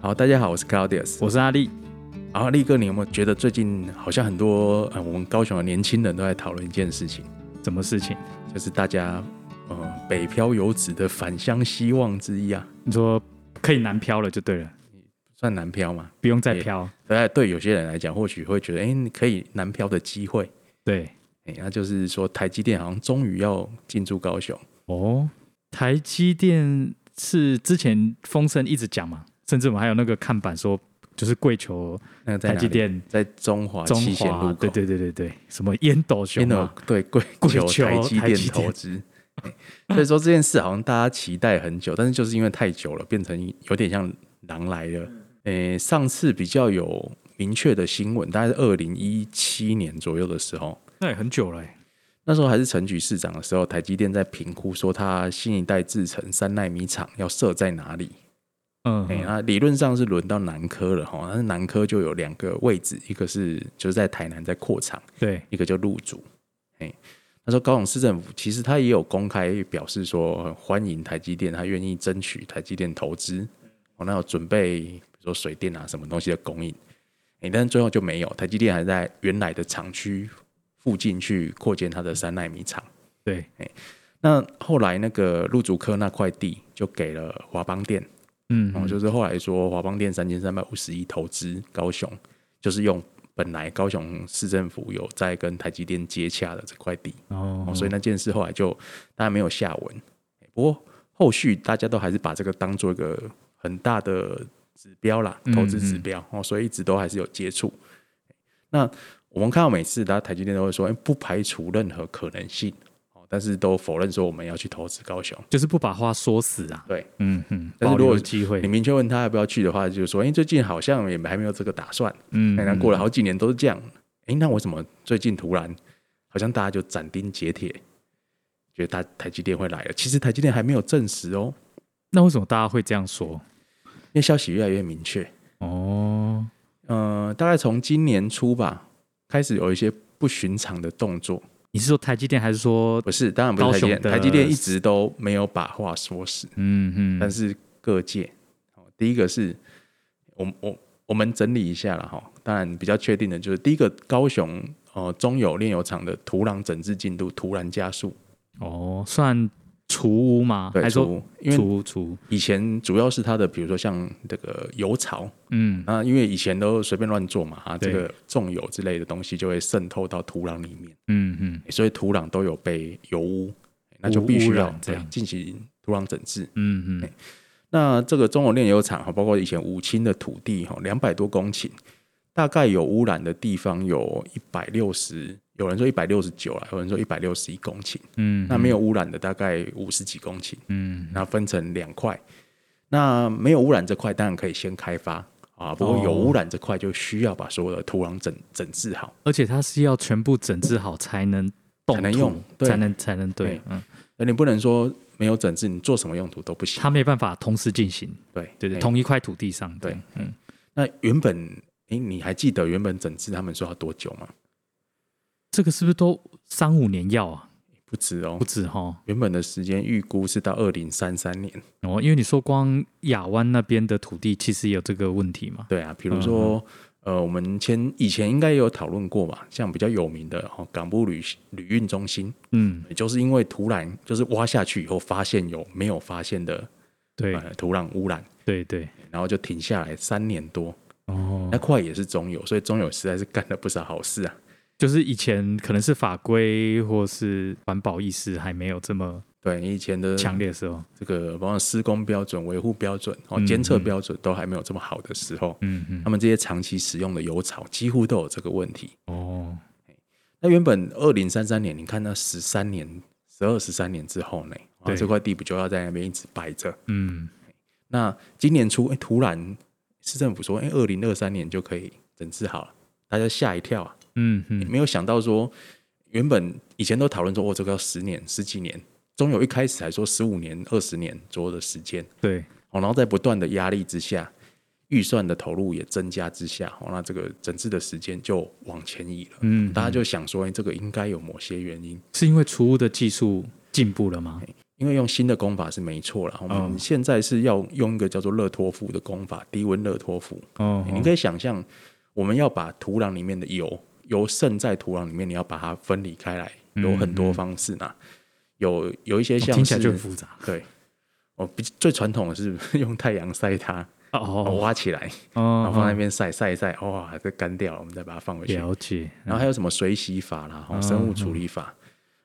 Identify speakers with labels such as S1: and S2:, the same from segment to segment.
S1: 好，大家好，我是 Claudius。
S2: 我是阿力，
S1: 然后力哥，你有没有觉得最近好像很多呃我们高雄的年轻人都在讨论一件事情，
S2: 什么事情？
S1: 就是大家呃北漂游子的返乡希望之一啊，
S2: 你说可以南漂了就对了，
S1: 算南漂嘛？
S2: 不用再漂。
S1: 对，对有些人来讲，或许会觉得，哎、你可以南漂的机会，
S2: 对，
S1: 哎、那就是说台积电好像终于要进驻高雄，
S2: 哦，台积电是之前风声一直讲嘛，甚至我们还有那个看板说，就是跪求
S1: 那个在
S2: 台
S1: 哪
S2: 积
S1: 里
S2: 电
S1: 在中华
S2: 中
S1: 七贤
S2: 华，
S1: 路口，
S2: 对对对对对，什么烟斗熊
S1: 真的
S2: 啊，
S1: 对 跪
S2: 跪
S1: 求
S2: 求
S1: 台积
S2: 台
S1: 电
S2: 积
S1: 投
S2: 电
S1: 资。哎所以说这件事好像大家期待很久，但是就是因为太久了，变成有点像狼来了。诶、上次比较有明确的新闻，大概是二零一七年左右的时候，
S2: 那也很久了欸、
S1: 哎那时候还是陈局市长的时候，台积电在评估说它新一代制程三纳米厂要设在哪里。
S2: 嗯，
S1: 哎、那理论上是轮到南科了哈，但是南科就有两个位置，一个是就是在台南在扩厂，
S2: 对，
S1: 一个叫入主。哎，那时候高雄市政府其实他也有公开表示说呃欢迎台积电，他愿意争取台积电投资。哦，那有准备比如说水电啊什么东西的供应，哎，但是最后就没有，台积电还在原来的厂区附近去扩建它的三纳米厂。
S2: 对，
S1: 那后来那个陆竹科那块地就给了华邦电，
S2: 嗯，
S1: 哦，就是后来说华邦电三千三百五十亿投资高雄，就是用本来高雄市政府有在跟台积电接洽的这块地，
S2: 哦
S1: 哦，所以那件事后来就大家没有下文。不过后续大家都还是把这个当做一个很大的指标啦，
S2: 嗯
S1: 投资指标、哦，所以一直都还是有接触。那我们看到每次大家台积电都会说，哎、不排除任何可能性，哦，但是都否认说我们要去投资高雄。
S2: 就是不把话说死啊，
S1: 对，
S2: 嗯嗯，
S1: 但是
S2: 保
S1: 如果
S2: 留机
S1: 你
S2: 会，
S1: 明确问他要不要去的话，就是说，哎、最近好像也还没有这个打算。哎
S2: 嗯，
S1: 那、过了好几年都是这样，哎、那为什么最近突然好像大家就斩钉截铁，觉得台台积电会来了？其实台积电还没有证实哦，
S2: 那为什么大家会这样说？
S1: 因为消息越来越明确。
S2: 哦，
S1: 呃，大概从今年初吧，开始有一些不寻常的动作。
S2: 你是说台积电还是说，
S1: 不是，当然不是台积电，
S2: 高雄的
S1: 台积电一直都没有把话说死。
S2: 嗯
S1: 但
S2: 嗯，
S1: 是各界，哦第一个是我们我我们整理一下了哈。当然比较确定的就是第一个，高雄呃中油炼油厂的土壤整治进度突然加速，
S2: 哦，算除污吗？
S1: 对，
S2: 还是说
S1: 除因为
S2: 除除？
S1: 以前主要是它的，比如说像这个油槽，
S2: 嗯，
S1: 那因为以前都随便乱做嘛，啊，这
S2: 对
S1: 个重油之类的东西就会渗透到土壤里面，
S2: 嗯嗯
S1: 所以土壤都有被油污，那就必
S2: 污
S1: 须
S2: 染
S1: 要
S2: 这
S1: 对
S2: 样
S1: 进行土壤整治。
S2: 嗯嗯，
S1: 那这个中油炼油厂哈，包括以前五清的土地哈，两百多公顷，大概有污染的地方有一百六十，有人说一百六十九啦，有人说一百六十一公顷，
S2: 嗯，
S1: 那没有污染的大概五十几公顷，
S2: 嗯，
S1: 那分成两块。那没有污染这块当然可以先开发啊，不过有污染这块就需要把所有的土壤整整治好。
S2: 而且它是要全部整治好才能动
S1: 才
S2: 土，
S1: 能用对哎
S2: 才能才能对
S1: 对，
S2: 嗯，
S1: 那你不能说没有整治，你做什么用途都不行。
S2: 它没办法同时进行，
S1: 对
S2: 对对，
S1: 哎
S2: 同一块土地上，
S1: 对
S2: 对，嗯，
S1: 那原本诶，你还记得原本整治他们说要多久吗？
S2: 这个是不是都三五年要啊？
S1: 不止哦
S2: 不，止哈，
S1: 原本的时间预估是到二零三三年。
S2: 哦，因为你说光亚湾那边的土地其实也有这个问题嘛，
S1: 对啊，比如
S2: 嗯
S1: 说，呃，我们前以前应该也有讨论过吧，像比较有名的哦，港埠旅旅运中心，
S2: 嗯，
S1: 也就是因为突然就是挖下去以后，发现有没有发现的
S2: 对
S1: 呃土壤污染，
S2: 对对，
S1: 然后就停下来三年多。
S2: 哦
S1: 那，块也是中油，所以中油实在是干了不少好事啊。
S2: 就是以前可能是法规或是环保意识还没有这么
S1: 对以前的
S2: 强烈的时候，
S1: 这个，包括施工标准、维护标准、哦
S2: 嗯
S1: 监测
S2: 嗯
S1: 标准都还没有这么好的时候，
S2: 嗯嗯
S1: 他，们这些长期使用的油槽几乎都有这个问题。
S2: 哦，
S1: 那原本二零三三年，你看那十三年、十二、十三年之后呢，啊，
S2: 对
S1: 这块地不就要在那边一直摆着？
S2: 嗯，
S1: 那今年初，哎、突然市政府说，哎、2二零二三年就可以整治好了，大家吓一跳啊！
S2: 嗯嗯，
S1: 没有想到说，原本以前都讨论说，哦，这个要十年、十几年，中有一开始还说十五年、二十年左右的时间，
S2: 对，
S1: 哦，然后在不断的压力之下，预算的投入也增加之下，哦，那这个整治的时间就往前移了。
S2: 嗯，
S1: 大家就想说，哎、这个应该有某些原因。
S2: 是因为除污的技术进步了吗？
S1: 因为用新的功法是没错啦，我
S2: 嗯
S1: 们现在是要用一个叫做热托夫的功法，低温热托夫。
S2: 哦，
S1: 你可以想象，我们要把土壤里面的油，油渗在土壤里面，你要把它分离开来，有很多方式呢。有有一些像
S2: 嗯哦听起来
S1: 是
S2: 就很复杂。
S1: 对，哦，比最传统的是 用太阳晒它，
S2: 哦
S1: 哦
S2: 哦
S1: 挖起来，
S2: 哦
S1: 然后放在那
S2: 哦，
S1: 边晒晒一晒，哇，这干掉了，我们再把它放回去。
S2: 了解。
S1: 然后还有什么水洗法啦，
S2: 嗯
S1: 哦、生物处理法，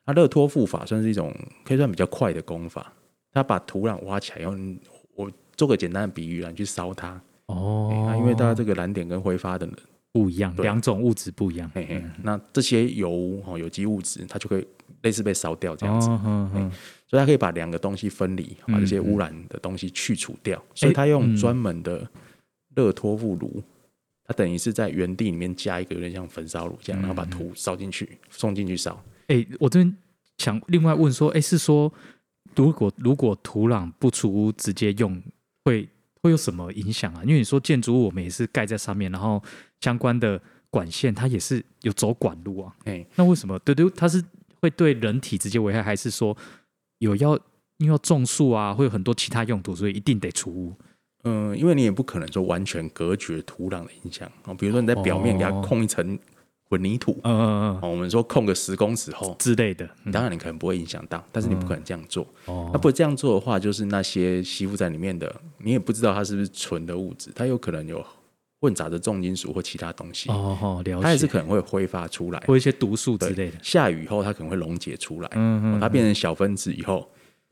S1: 那热托复法算是一种可以算比较快的工法，它把土壤挖起来，然后你我做个简单的比喻啦，你去烧它，哎
S2: 哦
S1: 那，因为大家这个燃点跟挥发的，
S2: 不一样，
S1: 对
S2: 两种物质不一样。嗯
S1: 嘿嘿，那这些油哦有机物质，它就可以类似被烧掉这样子，哎
S2: 哦，嗯嗯，
S1: 所以它可以把两个东西分离，把这些污染的东西去除掉，所以它
S2: 嗯
S1: 用专门的热托复炉。它等于是在原地里面加一个有点像焚烧炉
S2: 嗯
S1: 这样，然后把土烧进去，送进去烧。
S2: 哎，我这边想另外问说，哎，是说如果如果土壤不除污直接用，会会有什么影响啊？因为你说建筑物我们也是盖在上面，然后相关的管线它也是有走管路啊。
S1: 哎，
S2: 那为什么？对对，它是会对人体直接危害，还是说有要因为要种树啊，会有很多其他用途，所以一定得除污？
S1: 嗯，因为你也不可能说完全隔绝土壤的影响哦，比如说你在表面给它
S2: 哦
S1: 控一层混凝土，
S2: 嗯嗯嗯
S1: 哦，我们说控个十公尺厚，
S2: 之类的。嗯
S1: 当然你可能不会影响到，但是你不可能这样做。那
S2: 哦，
S1: 不这样做的话，就是那些吸附在里面的，你也不知道它是不是纯的物质，它有可能有混杂着重金属或其他东西，
S2: 哦哦，了解。
S1: 它也是可能会挥发出来。
S2: 或一些毒素之类的。
S1: 下雨以后，它可能会溶解出来，
S2: 嗯
S1: 哦它变成小分子以后，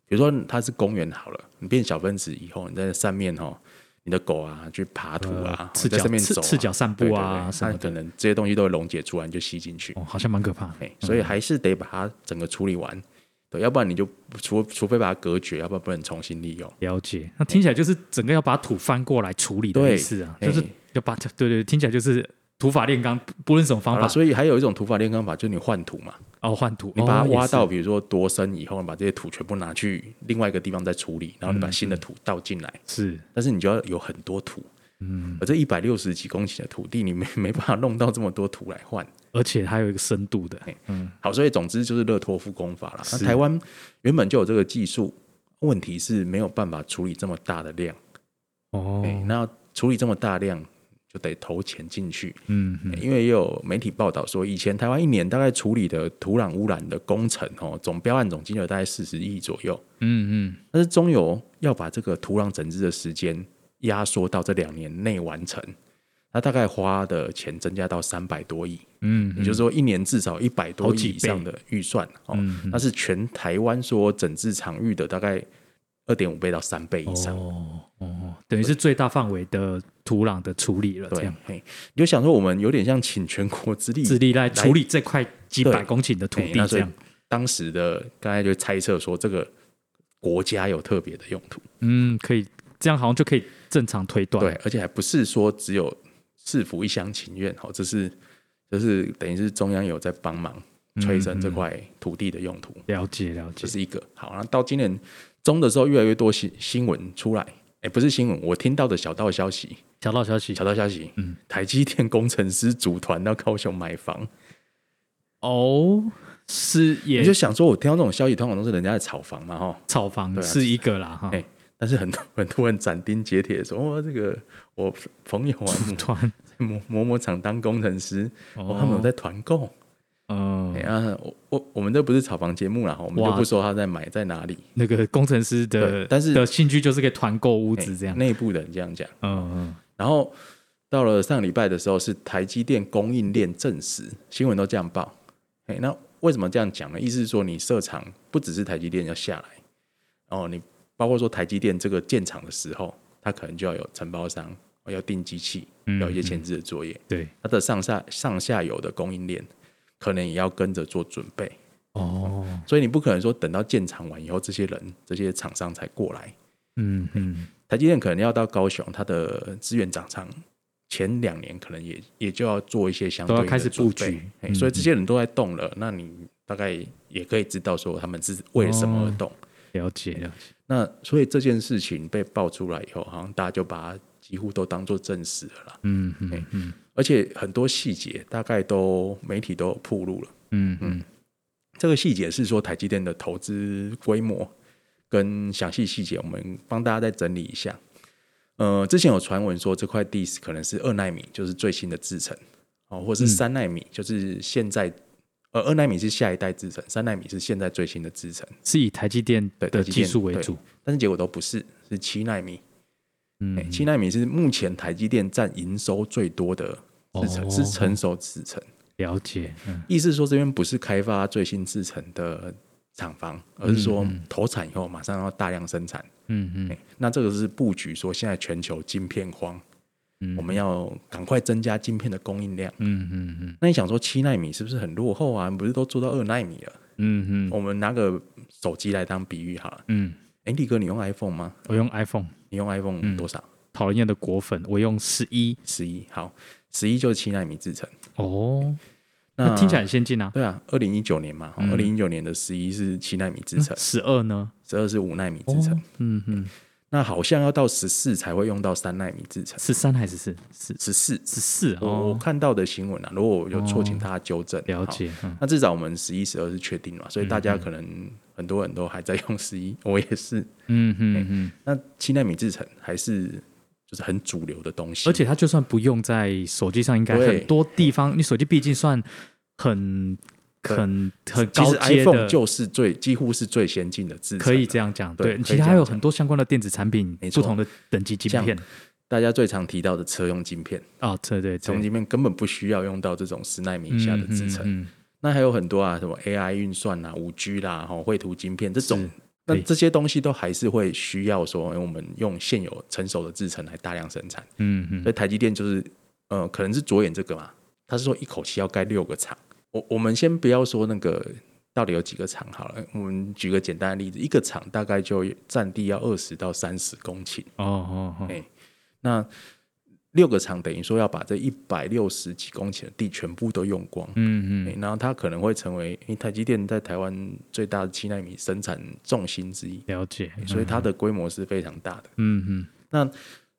S1: 比如说它是公园好了，你变小分子以后，你在上面哦，你的狗啊去爬土啊，
S2: 呃赤
S1: 在
S2: 脚
S1: 上面
S2: 赤
S1: 走、啊，
S2: 赤脚散步啊
S1: 对对对
S2: 什
S1: 它
S2: 么
S1: 可
S2: 的，
S1: 能这些东西都会溶解出来，你就吸进去。
S2: 哦，嗯好像蛮可怕的。
S1: 哎、所以还是得把它整个处理完，对，要不然你就除除非把它隔绝，要不然不能重新利用。
S2: 了解，那听起来就是整个要把土翻过来处理的
S1: 对
S2: 意思啊，
S1: 哎
S2: 就是要把对对，对听起来就是土法炼钢，不不论什么
S1: 好
S2: 方
S1: 了，
S2: 法，
S1: 所以还有一种土法炼钢法，就是你换土嘛，
S2: 哦，换土，
S1: 你把它
S2: 哦
S1: 挖到，
S2: 也是
S1: 比如说多深以后，把这些土全部拿去另外一个地方再处理，然后你
S2: 嗯
S1: 把新的土倒进来，
S2: 是
S1: 但是你就要有很多土，嗯，而这一百六十几公顷的土地，你没 没办法弄到这么多土来换。
S2: 而且还有一个深度的，
S1: 哎好，所以总之就是热托夫工法啦。那
S2: 是
S1: 台湾原本就有这个技术，问题是没有办法处理这么大的量。
S2: 哦，
S1: 哎，那处理这么大量，就得投钱进去。
S2: 嗯嗯，
S1: 因为也有媒体报道说，以前台湾一年大概处理的土壤污染的工程哦，总标案总金额大概四十亿左右。
S2: 嗯嗯，
S1: 但是中油要把这个土壤整治的时间压缩到这两年内完成，它大概花的钱增加到三百多亿，
S2: 嗯，
S1: 也就是说一年至少一百多
S2: 好
S1: 亿
S2: 几倍嗯
S1: 以上的预算哦，那是全台湾说整治场域的大概二点五倍到三倍以上。
S2: 哦哦，等于是最大范围的土壤的处理了，这
S1: 对
S2: 样，
S1: 嘿，你就想说我们有点像请全国之力
S2: 致力来处理这块几
S1: 对
S2: 百公顷的土
S1: 嘿
S2: 地
S1: 那，所
S2: 这
S1: 以
S2: 样，
S1: 当时的刚才就猜测说，这个国家有特别的用途，
S2: 嗯，可以，这样好像就可以正常推断，
S1: 对，，而且还不是说只有市府一厢情愿，哦，这是这是等于是中央有在帮忙催生这块土地的用途，
S2: 了解了解
S1: 这，是一个好。那到今年中的时候，越来越多新新闻出来，哎，不是新闻，我听到的小道消息，
S2: 小道消息
S1: 小道消息，嗯，台积电工程师组团到高雄买房，
S2: 哦，是也
S1: 你就想说，我听到这种消息，通常都是人家在炒房嘛，哈，
S2: 炒
S1: 对
S2: 房
S1: 啊
S2: 是一个啦，哈
S1: 哎、，但是很多很多人斩钉截铁地说，哦，这个我朋友啊，
S2: 组 团，
S1: 某某某厂当工程师，哦、他们有在团购。
S2: 嗯、
S1: 哎、啊，我我我们这不是炒房节目啦，我们就
S2: 哇
S1: 不说他在买在哪里，
S2: 那个工程师
S1: 对
S2: 的，
S1: 但是
S2: 的兴趣就是可以团购屋
S1: 哎
S2: 子这样，
S1: 内部的人这样讲。
S2: 嗯嗯，
S1: 然后到了上礼拜的时候，是台积电供应链证实，新闻都这样报。哎、那为什么这样讲呢？意思是说，你设厂不只是台积电要下来，哦，你包括说台积电这个建厂的时候，它可能就要有承包商，哦要订机器，
S2: 嗯
S1: 要有一些前置的作业，
S2: 对，
S1: 它的上下上下游的供应链可能也要跟着做准备。
S2: 哦，
S1: 所以你不可能说等到建厂完以后，这些人这些厂商才过来。
S2: 嗯嗯，
S1: 台积电可能要到高雄，它的资源厂商前两年可能也也就要做一些相对应的
S2: 都要开始布
S1: 准备
S2: 局嗯
S1: 嘿所以这些人都在动了，那你大概也可以知道说他们是为了什么而动。
S2: 了解了解，
S1: 那所以这件事情被爆出来以后，好像大家就把它几乎都当做证实了啦，
S2: 嗯嗯嗯
S1: 而且很多细节大概都媒体都有铺露了。
S2: 嗯嗯，
S1: 这个细节是说台积电的投资规模跟详细细节，我们帮大家再整理一下。呃，之前有传闻说这块地是可能是二纳米，就是最新的制程，哦，或是
S2: 嗯
S1: 三纳米，就是现在，呃，二纳米是下一代制程，三纳米是现在最新的制程，
S2: 是以台积电
S1: 对
S2: 的
S1: 台积
S2: 技
S1: 电
S2: 术为
S1: 对
S2: 主。
S1: 但是结果都不是，是七纳米。
S2: 嗯
S1: 哎、，七纳米是目前台积电占营收最多的制程，
S2: 哦
S1: 是成熟制程。
S2: 了解。嗯
S1: 意思说这边不是开发最新制程的厂房，而是说投产以后马上要大量生产。
S2: 嗯嗯
S1: 哎那这个是布局，说现在全球晶片荒，
S2: 嗯
S1: 我们要赶快增加晶片的供应量。
S2: 嗯嗯嗯
S1: 那你想说七纳米是不是很落后啊？不是都做到二纳米了？
S2: 嗯嗯
S1: 我们拿个手机来当比喻好了。
S2: 嗯，
S1: 哎、力哥，你用 iPhone 吗？
S2: 我用 iPhone
S1: 你用
S2: 嗯
S1: iPhone 多少？
S2: 讨人厌的果粉，我用十一。
S1: 十一、好，十一就是七纳米制程。
S2: 哦，那听起来很嗯先进啊。
S1: 对啊，二零一九年嘛，二零一九年的十一嗯是七纳米制程，
S2: 十二呢？
S1: 十二是五纳米制程。
S2: 嗯哦，嗯嗯，
S1: 那好像要到十四才会用到三纳米制程，
S2: 十三还是十四？
S1: 十四。
S2: 十四
S1: 我我
S2: 哦，
S1: 看到的新闻啊，如果我有错，请大家纠正。
S2: 了
S1: 好。
S2: 解。嗯
S1: 那至少我们十一、十二是确定嘛，所以大家可能很多人都还在用十一， 我也是。
S2: 嗯嗯嗯，
S1: 那七纳米制程还是就是很主流的东西，
S2: 而且它就算不用在手机上，应该
S1: 对
S2: 很多地方，你手机毕竟算很很很
S1: 其
S2: 高
S1: 实
S2: 阶
S1: iPhone
S2: 的，
S1: 就是最几乎是最先进的制程，啊
S2: 可以这样讲。
S1: 对
S2: 对，
S1: 可以
S2: 其
S1: 这
S2: 他
S1: 样
S2: 有
S1: 讲
S2: 很多相关的电子产品，
S1: 没
S2: 不
S1: 错
S2: 同的等级晶
S1: 像
S2: 片
S1: 大家最常提到的车用晶片，
S2: 啊，对对
S1: 车用
S2: 对，
S1: 晶片根本不需要用到这种十纳米以下的制程。
S2: 嗯嗯嗯
S1: 那还有很多啊，什么 AI 运算啦、五 G 啦、吼绘图晶片这种
S2: 是，
S1: 那
S2: 对
S1: 这些东西都还是会需要说，哎我们用现有成熟的制程来大量生产。
S2: 嗯嗯
S1: 所以台积电就是，呃，可能是着眼这个嘛，他是说一口气要盖六个厂。我我们先不要说那个到底有几个厂好了，我们举个简单的例子，一个厂大概就占地要二十到三十公顷，
S2: 哦哦哦，
S1: 哎那六个厂等于说要把这一百六十几公顷的地全部都用光。
S2: 嗯嗯
S1: 欸然后它可能会成为，因为台积电在台湾最大的七纳米生产重心之一，
S2: 了解，
S1: 所以它的规模是非常大的。
S2: 嗯嗯
S1: 那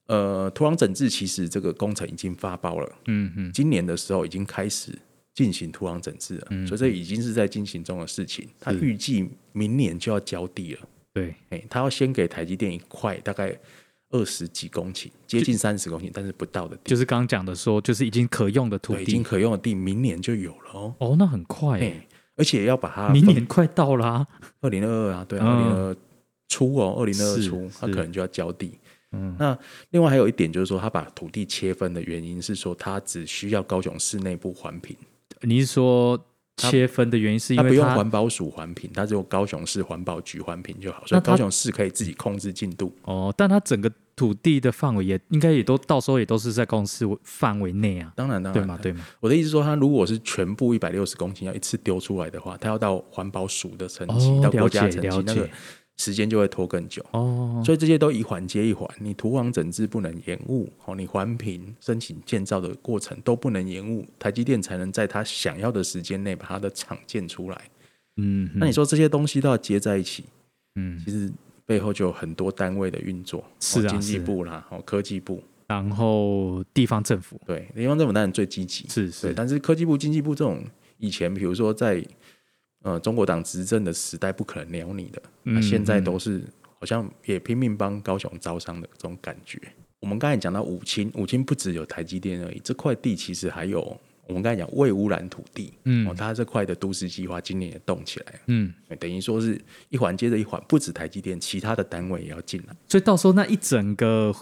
S1: 呃，土壤整治其实这个工程已经发包了，
S2: 嗯嗯
S1: 今年的时候已经开始进行土壤整治了，
S2: 嗯
S1: 所以这已经是在进行中的事情。它预计明年就要交地了，
S2: 对，
S1: 哎、它要先给台积电一块大概二十几公顷，接近三十公顷，但是不到的地，
S2: 就是刚刚讲的说，就是已经可用的土
S1: 对，已经
S2: 地，
S1: 可用的地明年就有了哦，
S2: 哦，那很快
S1: 哎、
S2: 耶，
S1: 而且要把它
S2: 明
S1: 分
S2: 年快到啦，
S1: 二零二二啊，对啊，二零
S2: 嗯
S1: 二初哦，二零二二
S2: 是
S1: 初，他
S2: 是
S1: 可能就要交地。
S2: 嗯
S1: 那另外还有一点就是说，他把土地切分的原因是说，他只需要高雄市内部环评，
S2: 你是说切分的原因是
S1: 他
S2: 因
S1: 不
S2: 为
S1: 用
S2: 它
S1: 环保署环评，他只有高雄市环保局环评就好，所以
S2: 那它
S1: 高雄市可以自己控制进度。
S2: 哦，但它整个土地的范围也应该也都到时候也都是在公司范围内啊，
S1: 当然，当
S2: 对
S1: 然，
S2: 吗？对吗？
S1: 我的意思是说，他如果是全部一百六十公顷要一次丢出来的话，他要到环保署的层级，
S2: 哦
S1: 到国家
S2: 了解
S1: 层
S2: 了
S1: 级，那个
S2: 解
S1: 时间就会拖更久。
S2: 哦，
S1: 所以这些都一环接一环，你土壤整治不能延误，哦，你环评申请建造的过程都不能延误，台积电才能在它想要的时间内把它的厂建出来。
S2: 嗯，
S1: 那你说这些东西都要接在一起，
S2: 嗯，
S1: 其实背后就有很多单位的运作，
S2: 是啊
S1: 哦经济
S2: 是
S1: 部啦，哦，科技部，
S2: 然后地方政府
S1: 对，地方政府当然最积极，
S2: 是
S1: 对，
S2: 是，
S1: 但是科技部、经济部这种以前，比如说在呃中国党执政的时代，不可能鸟你的，那、
S2: 嗯
S1: 现在
S2: 嗯
S1: 都是好像也拼命帮高雄招商的这种感觉。我们刚才讲到五清，五清不只有台积电而已，这块地其实还有我们刚才讲未污染土地，
S2: 嗯
S1: 哦，它这块的都市计划今年也动起来了，
S2: 嗯，
S1: 对等于说是一环接着一环，不止台积电，其他的单位也要进来。
S2: 所以到时候那一整个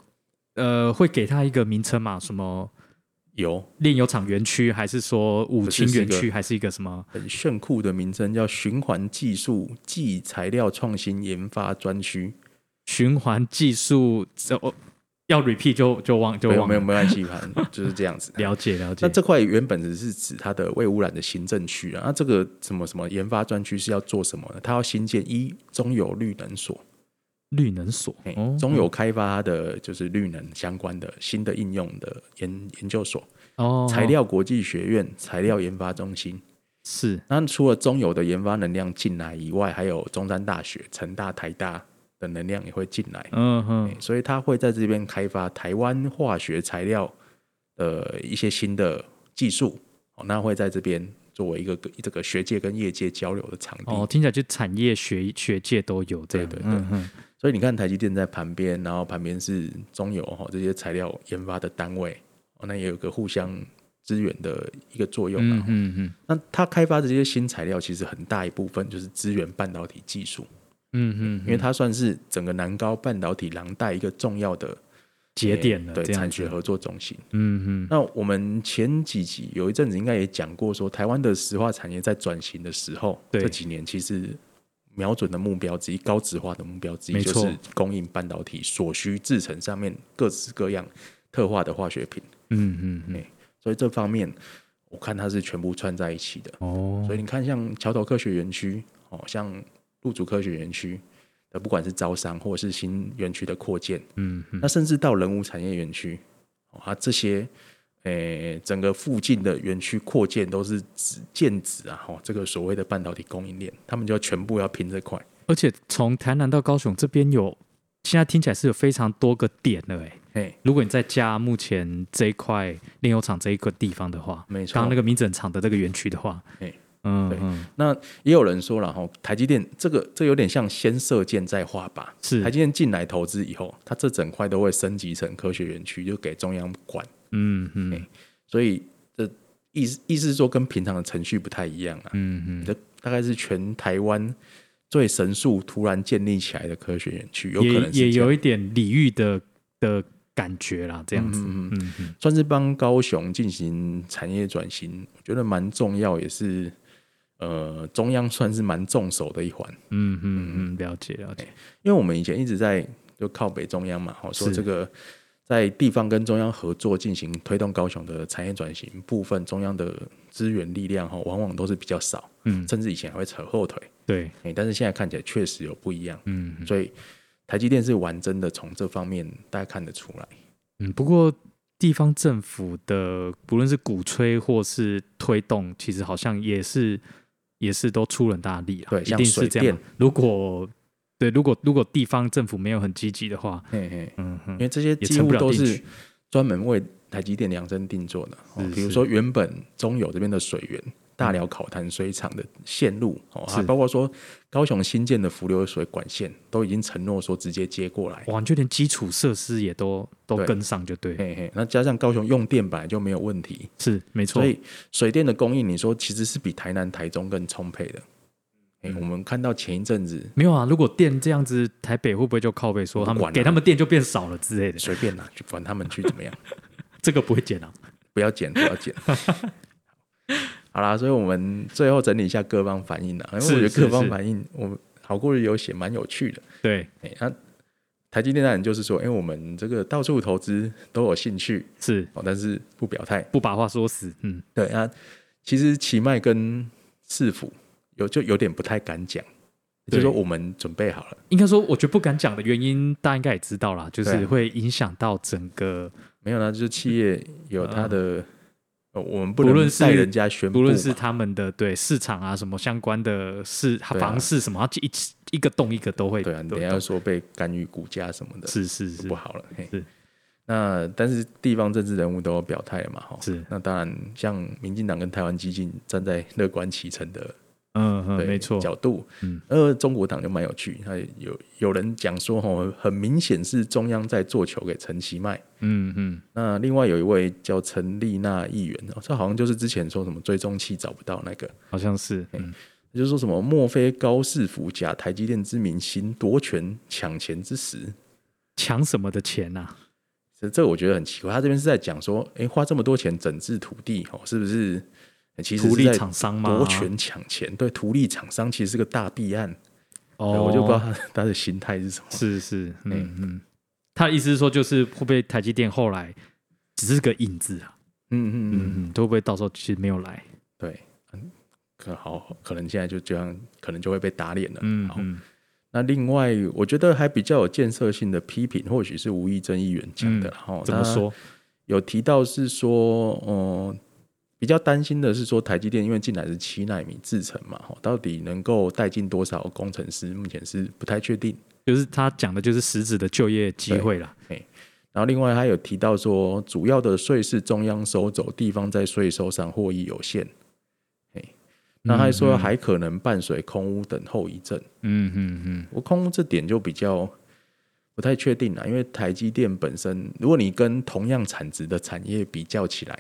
S2: 呃会给它一个名称嘛，什么？
S1: 有
S2: 炼油厂园区，还是说五
S1: 是
S2: 清
S1: 是一
S2: 园
S1: 个
S2: 区，还是一个什么？
S1: 很炫酷的名称叫循环技术暨材料创新研发专区，
S2: 循环技术，这哦要 repeat 就就忘就
S1: 没有
S2: 忘
S1: 没有
S2: 了。
S1: 没关系，反正 就是这样子。
S2: 了解了解。
S1: 那这块原本只是指它的未污染的行政区啊，那这个什么什么研发专区是要做什么呢？它要新建一中油绿能所，
S2: 绿能所
S1: 嘿，
S2: 哦，
S1: 中油开发它的就是绿能相关的新的应用的研研究所，
S2: 哦
S1: 材料国际学院材料研发中心。
S2: 是
S1: 那除了中油的研发能量进来以外，还有中山大学、成大、台大的能量也会进来。
S2: 嗯哼
S1: 欸所以他会在这边开发台湾化学材料的一些新的技术，哦，那会在这边作为一个跟这个学界跟业界交流的场地。
S2: 哦，听起来就产业学学界都有这样，
S1: 对对对
S2: 嗯嗯
S1: 所以你看台积电在旁边，然后旁边是中油哈这些材料研发的单位，哦那也有个互相支援的一个作用啊。
S2: 嗯嗯嗯
S1: 那它开发的这些新材料，其实很大一部分就是支援半导体技术，
S2: 嗯嗯，
S1: 因为它算是整个南高半导体廊带一个重要的
S2: 节点了，
S1: 对
S2: 这样
S1: 产学
S2: 子，
S1: 合作中心。
S2: 嗯嗯
S1: 那我们前几集有一阵子应该也讲过说台湾的石化产业在转型的时候，
S2: 对
S1: 这几年其实瞄准的目标之一，高值化的目标之一，
S2: 没
S1: 就
S2: 错
S1: 是供应半导体所需制成上面各式各样特化的化学品。
S2: 嗯嗯嗯，
S1: 所以这方面，我看它是全部串在一起的。
S2: 哦，
S1: 所以你看，像桥头科学园区，哦，像陆竹科学园区的，不管是招商或者是新园区的扩建，
S2: 嗯嗯
S1: 那甚至到人物产业园区，哦，它这些，诶、整个附近的园区扩建都是指建指啊，哦，这个所谓的半导体供应链，他们就要全部要拼这块，
S2: 而且从台南到高雄这边有，现在听起来是有非常多个点的哎。
S1: 嘿，
S2: 如果你再加目前这一块炼油厂这一个地方的话，
S1: 没错
S2: 刚刚那个民整厂的这个园区的话，
S1: 嘿
S2: 嗯
S1: 对
S2: 嗯，
S1: 那也有人说了哈，台积电这个这有点像先射箭再画靶。
S2: 是
S1: 台积电进来投资以后，它这整块都会升级成科学园区，就给中央管。
S2: 嗯嗯
S1: 哎所以这意思意思是说跟平常的程序不太一样啊。
S2: 嗯嗯，
S1: 这大概是全台湾最神速突然建立起来的科学园哎区，有可
S2: 也
S1: 能是
S2: 也
S1: 这样
S2: 有一点礼遇的的感觉啦，这样子，
S1: 嗯
S2: 嗯嗯嗯
S1: 算是帮高雄进行产业转型，我觉得蛮重要，也是呃中央算是蛮重手的一环。
S2: 嗯嗯嗯，了解了解，
S1: 因为我们以前一直在就靠北中央嘛，好说
S2: 是
S1: 这个在地方跟中央合作进行推动高雄的产业转型部分，中央的资源力量哈，往往都是比较少，
S2: 嗯
S1: 甚至以前还会扯后腿。
S2: 对，
S1: 哎，但是现在看起来确实有不一样，
S2: 嗯嗯
S1: 所以台积电是完真的从这方面大家看得出来。
S2: 嗯，不过地方政府的不论是鼓吹或是推动，其实好像也是也是都出了很大力了，
S1: 对
S2: 一
S1: 像
S2: 定是
S1: 水
S2: 这样啊。如果对，如果如果地方政府没有很积极的话，
S1: 嘿嘿，
S2: 嗯
S1: 因
S2: 哼，
S1: 为这些
S2: 也
S1: 几
S2: 成不
S1: 乎
S2: 了
S1: 都
S2: 定
S1: 是
S2: 局。
S1: 专门为台积电量身定做的。哦
S2: 是
S1: 比如
S2: 是嗯
S1: 说，原本中友这边的水源、大寮烤炭水厂的线路，哦，还
S2: 是
S1: 包括说高雄新建的浮流水管线，都已经承诺说直接接过来。
S2: 哇，你就连基础设施也都都
S1: 对
S2: 跟上，就对，
S1: 嘿嘿，那加上高雄用电本来就没有问题，
S2: 是没错
S1: 所，以水电的供应，你说其实是比台南、台中更充沛的。
S2: 嗯
S1: 哎、我们看到前一阵子
S2: 没有啊。如果电这样子，台北会不会就靠背说
S1: 不
S2: 他们
S1: 管
S2: 给
S1: 啊
S2: 他们电就变少了之类的？
S1: 随便拿、去管他们去怎么样，
S2: 这个不 会减啊。
S1: 不要 剪，不要剪。好啦，所以我们最后整理一下各方反应啦，因为
S2: 是
S1: 我觉得
S2: 是
S1: 各方
S2: 是
S1: 反应，我们好过日有写蛮有趣的。
S2: 对，
S1: 哎、那、台积电那人就是说，因为我们这个到处投资都有兴趣
S2: 是
S1: 哦，但是不表态。
S2: 不把话说死，嗯，
S1: 对啊，其实奇迈跟市府有就有点不太敢讲，就
S2: 对
S1: 是说我们准备好了，
S2: 应该说，我觉得不敢讲的原因，大家应该也知道啦，就
S1: 对
S2: 是
S1: 啊
S2: 会影响到整个，
S1: 没有呢，就是企业有它的，呃，我们不
S2: 啊不
S1: 能
S2: 论是
S1: 带人家宣布
S2: 不
S1: 嘛，
S2: 论是他们的对市场啊，什么相关的市、
S1: 对啊
S2: 房市什么，它一一个洞一个都会。
S1: 对啊，你
S2: 都
S1: 等一下说被干预股价什么的，
S2: 是是是
S1: 不好了。嘿
S2: 是
S1: 那但是地方政治人物都有表态了嘛，哈。
S2: 是，
S1: 那当然，像民进党跟台湾激进站在乐观其成的
S2: 嗯嗯，
S1: 对
S2: 没错，
S1: 角度，
S2: 嗯，
S1: 呃，中国党就蛮有趣，他有有人讲说，哈，很明显是中央在做球给陈其迈。
S2: 嗯嗯，
S1: 那另外有一位叫陈丽娜议员，哦这好像就是之前说什么追踪器找不到那个，
S2: 好像是，嗯
S1: 就是说什么莫非高市府假台积电之名行夺权抢钱之实，
S2: 抢什么的钱啊呐？
S1: 这这我觉得很奇怪，他这边是在讲说，哎，花这么多钱整治土地，哦，是不是？呃其实
S2: 图
S1: 是
S2: 利
S1: 在
S2: 厂商吗？
S1: 夺权抢钱，对，图利厂商其实是个大弊案，对
S2: 哦，
S1: 我就不知道哎他他的心态是什么。
S2: 是是，嗯嗯，他的意思是说，就是会不会台积电后来只是个影子啊？
S1: 嗯嗯嗯，
S2: 嗯嗯，会不会到时候其实没有来？
S1: 对，嗯，可好，可能现在就这样，可能就会被打脸了。
S2: 嗯
S1: 好
S2: 嗯，
S1: 那另外，我觉得还比较有建设性的批评，或许是吴义珍议员讲的啦，哦哈、
S2: 嗯怎么
S1: 他
S2: 说？
S1: 有提到是说，嗯、比较担心的是说，台积电因为进来是七纳米制程嘛，哈，到底能够带进多少工程师，目前是不太确定。
S2: 就是他讲的就是实质的就业机会啦。
S1: 然后另外，他有提到说，主要的税是中央收走，地方在税收上获益有限。嘿，那他说还可能伴随空屋等后遗症。
S2: 嗯嗯嗯，
S1: 我空屋这点就比较不太确定了，因为台积电本身，如果你跟同样产值的产业比较起来，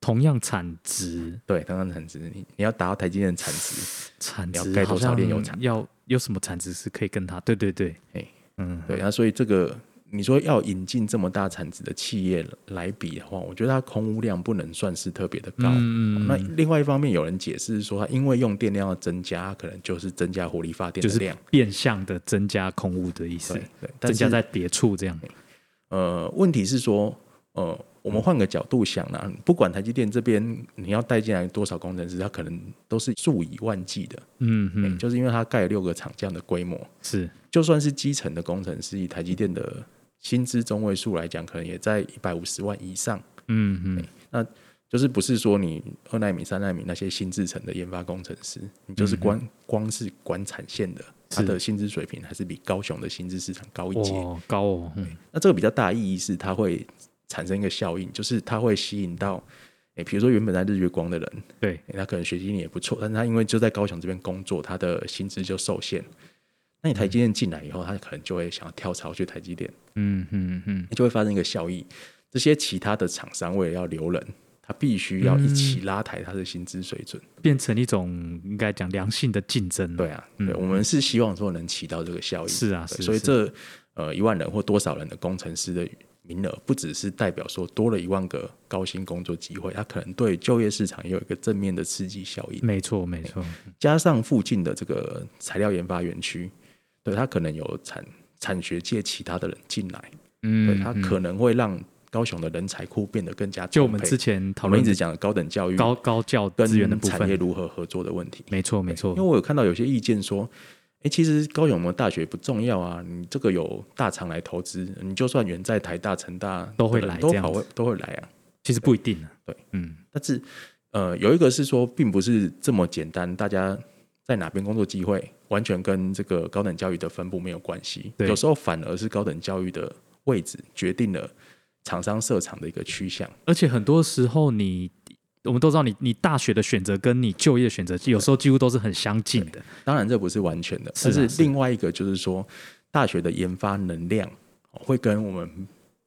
S2: 同样产值，
S1: 对同样产值，你你要达到台积电的产值，
S2: 产
S1: 你要
S2: 值
S1: 盖
S2: 好
S1: 多少
S2: 像
S1: 炼油厂
S2: 要有什么产值是可以跟他？对对对，
S1: 哎，
S2: 嗯，
S1: 对，那所以这个你说要引进这么大产值的企业来比的话，我觉得它空屋量不能算是特别的高。哦
S2: 嗯
S1: 那另外一方面，有人解释说，它因为用电量的增加，它可能就是增加火力发电
S2: 就
S1: 的
S2: 是
S1: 量。
S2: 变相的增加空屋的意思
S1: 对，对，
S2: 增
S1: 但
S2: 加
S1: 是
S2: 在别处这样。
S1: 呃，问题是说，呃，我们换个角度想啦，不管台积电这边你要带进来多少工程师，它可能都是数以万计的，
S2: 嗯
S1: 嗯，
S2: 嗯，
S1: 就是因为它盖了六个厂这样的规模，
S2: 是
S1: 就算是基层的工程师，以台积电的薪资中位数来讲，可能也在一百五十万以上。
S2: 嗯嗯
S1: 就是不是说你二纳米、三纳米那些新制程的研发工程师，你就是光、光是管产线的，他
S2: 是
S1: 的薪资水平还是比高雄的薪资市场高一截。
S2: 哦，高哦，嗯
S1: 那这个比较大的意义是，它会产生一个效应，就是它会吸引到，诶、比如说原本在日月光的人，
S2: 对，
S1: 诶他可能学经历也不错，但是他因为就在高雄这边工作，他的薪资就受限。那你台积电进来以后，他可能就会想要跳槽去台积电，
S2: 嗯嗯嗯，
S1: 就会发生一个效益。这些其他的厂商为了要留人，他必须要一
S2: 嗯
S1: 起拉抬他的薪资水准。
S2: 变成一种应该讲良性的竞争。
S1: 对，啊，对，我们是希望说能起到这个效益。
S2: 嗯是啊
S1: 对
S2: 是
S1: 所以
S2: 是
S1: 这呃一万人或多少人的工程师的名额，不只是代表说多了一万个高薪工作机会，它可能对就业市场也有一个正面的刺激效应。
S2: 没错没错，
S1: 加上附近的这个材料研发园区，对它可能有产产学界其他的人进来，对
S2: 嗯，
S1: 它
S2: 嗯
S1: 可能会让高雄的人才库变得更加
S2: 就我
S1: 充
S2: 们
S1: 沛
S2: 之前讨
S1: 我们
S2: 论
S1: 一直讲的高等教育
S2: 高高教
S1: 跟
S2: 资源的部
S1: 产业
S2: 分，
S1: 如何合作的问题。
S2: 没错没错
S1: 因为，我有看到有些意见说，哎、其实高雄有没有大学不重要啊，你这个有大厂来投资，你就算远在台大、成大
S2: 都会
S1: 的人
S2: 来
S1: 都
S2: 这样
S1: 跑
S2: 子
S1: 会都会来啊。
S2: 其实不一定啊。
S1: 对，
S2: 嗯，
S1: 但是呃，有一个是说，并不是这么简单，大家在哪边工作机会完全跟这个高等教育的分布没有关系，
S2: 对
S1: 有时候反而是高等教育的位置决定了厂商设厂的一个趋向。
S2: 而且很多时候你。我们都知道你，你大学的选择跟你就业的选择，有时候几乎都是很相近的。
S1: 当然这不是完全的，
S2: 是啊
S1: 但
S2: 是
S1: 是另外一个就是说，大学的研发能量哦会跟我们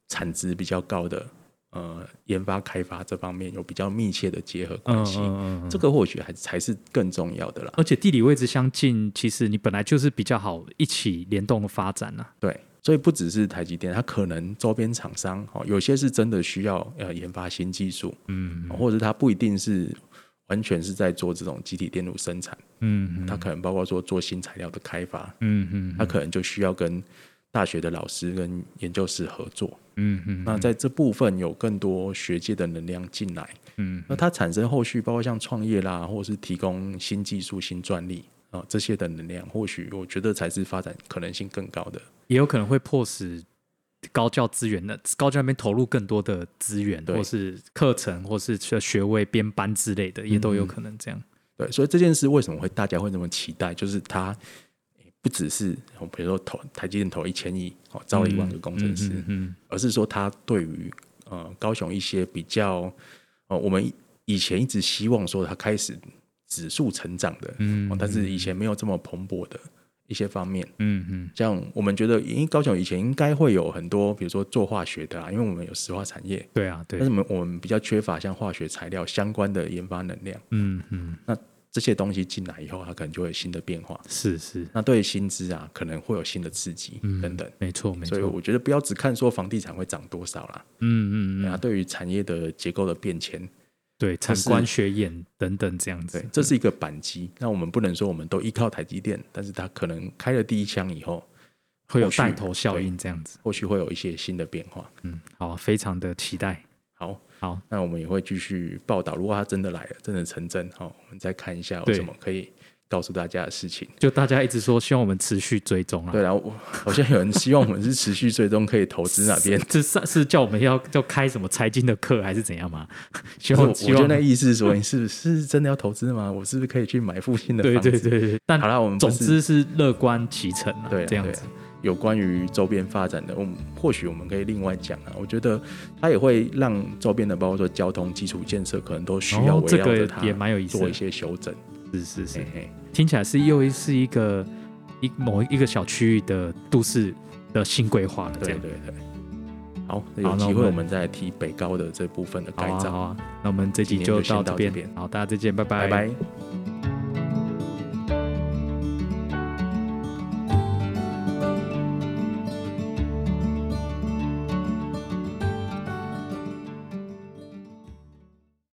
S1: 产值比较高的呃研发开发这方面有比较密切的结合关
S2: 嗯
S1: 系。
S2: 嗯嗯，
S1: 这个或许还才是更重要的啦。
S2: 而且地理位置相近，其实你本来就是比较好一起联动的发展啊呐、
S1: 对，所以不只是台积电，它可能周边厂商哦，有些是真的需要呃研发新技术，
S2: 嗯
S1: 哦或者它不一定是。完全是在做这种集体电路生产，
S2: 嗯
S1: 它可能包括说做新材料的开发，
S2: 嗯嗯
S1: 它可能就需要跟大学的老师跟研究室合作。
S2: 嗯嗯
S1: 那在这部分有更多学界的能量进来，
S2: 嗯，
S1: 那它产生后续包括像创业啦，或是提供新技术、新专利啊、这些的能量，或许我觉得才是发展可能性更高的。
S2: 也有可能会迫使高教资源的高教那边投入更多的资源，
S1: 对
S2: 或是课程，或是学位编班之类的，也都有可能这样。
S1: 对，所以这件事为什么会大家会那么期待，就是它诶不只是哦比如说投台积电投一千亿哦，招了一万个工程师，
S2: 嗯
S1: 而是说他对于呃高雄一些比较呃我们以前一直希望说它开始指数成长的，
S2: 嗯
S1: 哦但是以前没有这么蓬勃的一些方面，
S2: 嗯嗯
S1: 像我们觉得，因为高雄以前应该会有很多，比如说做化学的啊，因为我们有石化产业，
S2: 对啊，对
S1: 但是，我们我们比较缺乏像化学材料相关的研发能量，
S2: 嗯嗯，
S1: 这些东西进来以后，它可能就会有新的变化，
S2: 是是，
S1: 那对薪资啊可能会有新的刺激
S2: 嗯
S1: 等等。
S2: 没错没
S1: 所
S2: 错
S1: 以，我觉得不要只看说房地产会涨多少啦，
S2: 嗯嗯
S1: 那、
S2: 嗯，
S1: 对于产业的结构的变迁，
S2: 对，产
S1: 是
S2: 官学研等等这样子
S1: 对，，这是一个扳机。那我们不能说我们都依靠台积电，但是它可能开了第一枪以后，
S2: 会有
S1: 后续
S2: 带头效应这样子。
S1: 或许会有一些新的变化。
S2: 嗯，好，非常的期待。
S1: 好，
S2: 好，
S1: 那我们也会继续报道。如果它真的来了，真的成真，好、我们再看一下有
S2: 对
S1: 什么可以告诉大家的事情。
S2: 就大家一直说希望我们持续追踪啊。，
S1: 对，然后我 好像有人希望我们是持续追踪可以投资哪边
S2: 这是是叫我们要要开什么财经的课还是怎样吗？ 希
S1: 可是我
S2: 望
S1: 我
S2: 希
S1: 觉得
S2: 望
S1: 那意思是说，你是不是是真的要投资吗？我是不是可以去买附近的
S2: 对
S1: 房子？
S2: 对对对，但
S1: 好啦我们不
S2: 总
S1: 是
S2: 之是乐观其成啊，
S1: 对啊
S2: 这样
S1: 对啊
S2: 子，
S1: 有关于周边发展的，我们或许我们可以另外讲啊。我觉得它也会让周边的，包括说交通基础建设，可能都需要
S2: 哦
S1: 围
S2: 这
S1: 绕着
S2: 个
S1: 它
S2: 也蛮有意思的
S1: 做一些修整。
S2: 是是是是
S1: 嘿，嘿，
S2: 听起来是又是一个一某一个小区域的都市的新规划了，这
S1: 对
S2: 样。
S1: 对对。好，那
S2: 好
S1: 有
S2: 那
S1: 机
S2: 我
S1: 会
S2: 们
S1: 我们再提北高的这部分的
S2: 好
S1: 改
S2: 啊，
S1: 造。
S2: 好啊，那我们这集
S1: 今天
S2: 就
S1: 就先到
S2: 到这
S1: 这
S2: 边
S1: 边，
S2: 好，大家再见，
S1: 拜拜。